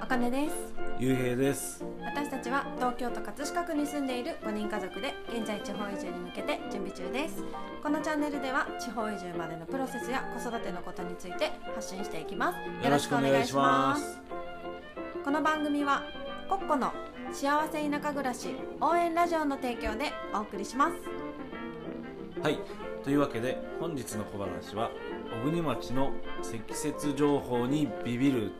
あかねですゆうへいです私たちは東京都葛飾区に住んでいる5人家族で現在地方移住に向けて準備中ですこのチャンネルでは地方移住までのプロセスや子育てのことについて発信していきますよろしくお願いよろしくおしま願いしすますこの番組はコッコの幸せ田舎暮らし応援ラジオの提供でお送りしますはいというわけで本日の小話は小国町の積雪情報にビビる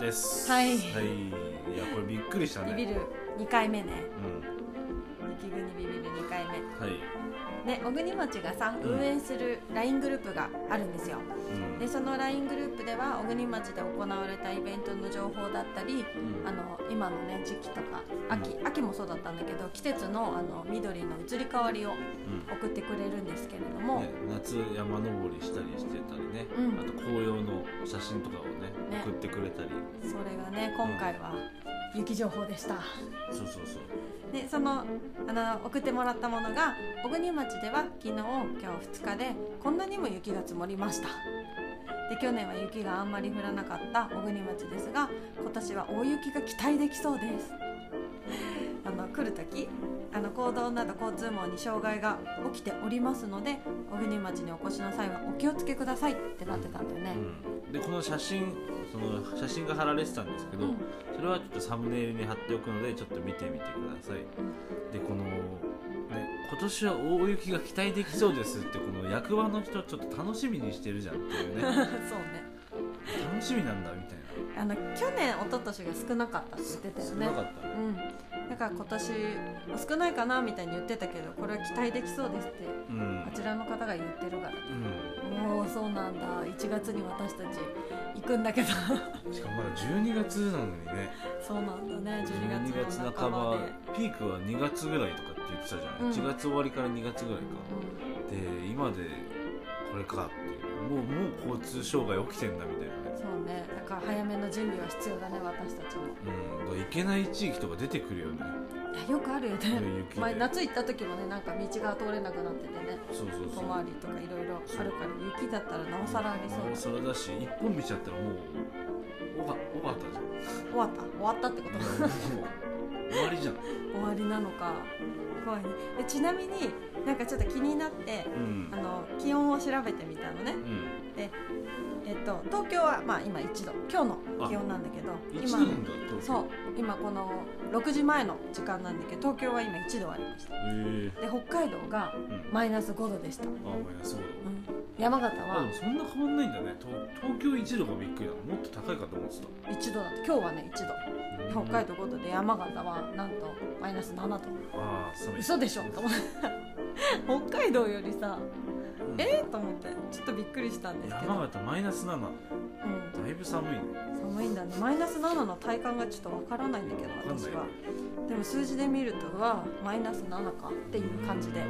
ですはいい、いやこれびっくりしたねビビる2回目ねうん雪国ビビる2回目はい、ね小国町がさうん運営する LINE グループがあるんですようんでその LINE グループでは小国町で行われたイベントの情報だったりうんあの今のね時期とか秋、秋もそうだったんだけど季節のあの緑の移り変わりをうん送ってくれるんですけれども、ね、夏山登りしたりしてたりね、うんあと紅葉の写真とかをねね送ってくれたりそれがね今回は雪情報でした。そうそうそうでそのあの送ってもらったものが小国町では昨日今日2日でこんなにも雪が積もりましたで去年は雪があんまり降らなかった小国町ですが今年は大雪が期待できそうです あの来る時あの行動など交通網に障害が起きておりますので小国町にお越しの際はお気をつけくださいってなってたんだよね、うん、でこの写真その写真が貼られてたんですけど、うんそれはちょっとサムネイルに貼っておくのでちょっと見てみてください、でこの、ね「今年は大雪が期待できそうです」ってこの役場の人ちょっと楽しみにしてるじゃんっていう そ ねうね楽しみなんだみたいなあの去年一昨年が少なかったって言ってたよ少ねなかったねうん、だから今年少ないかなみたいに言ってたけどこれは期待できそうですってうん、あちらの方が言ってるかうらもうそうなんだ1月に私たち行くんだけど ん、しかもまだ12月なのにねそうなんだね12 12月月の半半ばばで、ピークは2月ぐらいとかって言ってたじゃない、うん1月終わりから2月ぐらいか、で今でこれかっていうもうもう交通障害起きてんだみたいなうん、ね、そうねだから早めの準備は必要だね私たちもうん、だから行けない地域とか出てくるよねいやよくあるよこのね雪で前夏行った時もねなんか道が通れなくなっててねそうそうそ小う回りとかいろいろあるから雪だったらなおさらありそうもうだそれだし一本道だったらもうおがおがったじゃん終わった終わったってこと もう終わりじゃん終わりなのか怖いねでちなみになんかちょっと気になってうんあの気温を調べてみたのねう、んえっと、東京はまあ今1度今日の気温なんだけど一度今なんだ東京そう今この6時前の時間なんだけど東京は今1度ありましたへえで北海道がうんマイナス5度でした、うんあお前がそうだ山形あではもそんな変わんないんだね東東京一度がびっくりだもっと高いかと思ってた1度だった今日はね1度で北海道5度で山形はなんとマイナス7度ああ寒い嘘でしょと思って北海道よりさうんえー、と思ってちょっとびっくりしたんですけど、山形マイナス7だうん、いぶ寒いね寒いんだねマイナス7の体感がちょっとわからないんだけどわかんない私はねでも数字で見るとうわマイナス7かっていう感じで、ね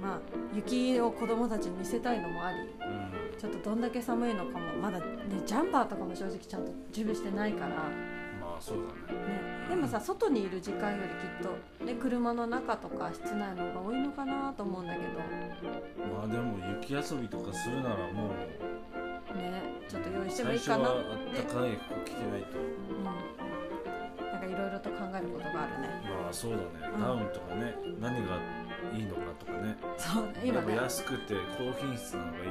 まあ、雪を子供たちに見せたいのもありうんうんちょっとどんだけ寒いのかもまだ、ね、ジャンパーとかも正直ちゃんと準備してないから、まあそうだねね、でもさ外にいる時間よりきっと、ね、車の中とか室内の方が多いのかなと思うんだけど、まあでも雪遊びとかするならもうね、ちょっと用意してもい最い初かなはっあて、ったかい服着てないとうん、なんかいろいろと考えることがあるね。まあそうだねうんダウンとかね何がいいのかとかねそうねや今っぱね安くて高品質なのがいい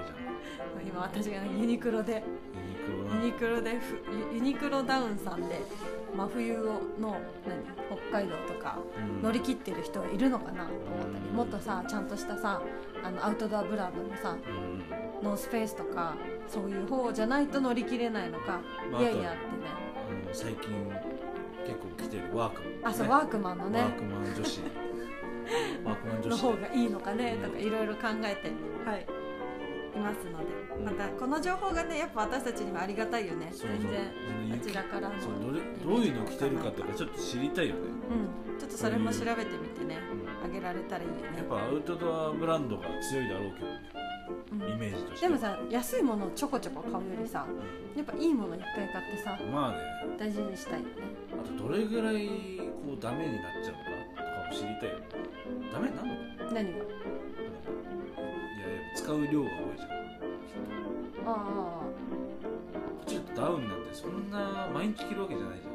じ今私がねユニクロでゃんユニクロユなニクロでふユユニクロダウンさんで真冬をの何北海道とかうん乗り切ってる人はいるのかなと思ったりうんもっとさちゃんとしたさあのアウトドアブランドのさうんノースペースとかそういう方じゃないと乗り切れないのか、まあいやいあやっとてねあの最近結構着てるワークマンねあそうワークマンのねワークマン 女子ワークマン女子の方がいいのかねうんとかいろいろ考えて、はい、いますのでうんまたこの情報がねやっぱ私たちにはありがたいよねそうそう全然全然あちらからのそうどれどういうの着てるかとかちょっと知りたいよね、うん、ちょっとそれも調べてみてねうあんげられたらいいよねやっぱアウトドアブランドが強いだろうけどねうんイメージとしてでもさ安いものをちょこちょこ買うよりさやっぱいいものいっぱい買ってさうんまあね大事にしたいよねあとどれぐらいこうダメになっちゃうのかとかも知りたいよねダメなのかない何がやいや使う量が多いじゃんああああこっちだとダウンなんてそんな毎日着るわけじゃないじゃ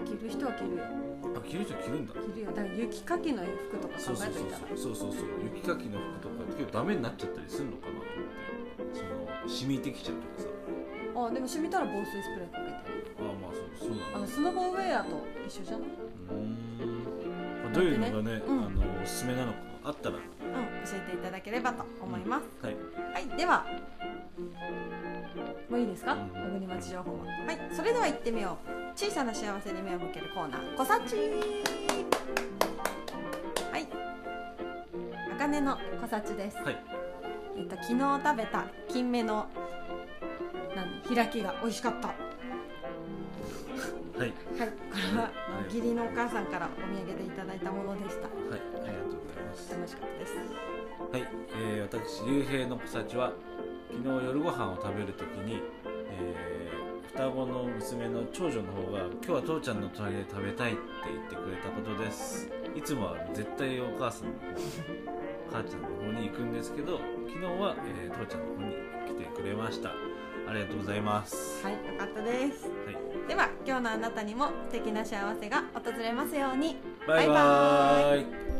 え着る人は着るよんあ着る人着るんだ着るよだから雪かきの服とかそう考そうえとそいうたらそうそうそうそう雪かきの服とか結構ダメになっちゃったりするのかなと思ってその染みてきちゃうとかさあでも染みたら防水スプレーかけてるああまあそうそうあなのんだスノボウェアと一緒じゃないうーん、まあ、どういうのがね、うんあのおすすめなのかあったらうん教えていただければと思います、す、はいはいではもういいですかうん小国町情報ははいそれでは行ってみよう小さな幸せに目を向けるコーナー「こさち」はいあかねのこさちですはいえっと、昨日食べた金目の何開きが美味しかったはいはいこれはあのはい義理のお母さんからお土産でいただいたものでしたはいありがとうございます楽しかったですはい、えー、私竜兵のポサチは昨日夜ご飯を食べるときに、えー双子の娘の長女の方が「今日は父ちゃんの隣で食べたい」って言ってくれたことですいつもは絶対お母さんの方母ちゃんの方に行くんですけど昨日は、えー父ちゃんの方に来てくれましたありがとうございます、はいよかったですはい、では今日のあなたにも素敵な幸せが訪れますようにバイババイバーイ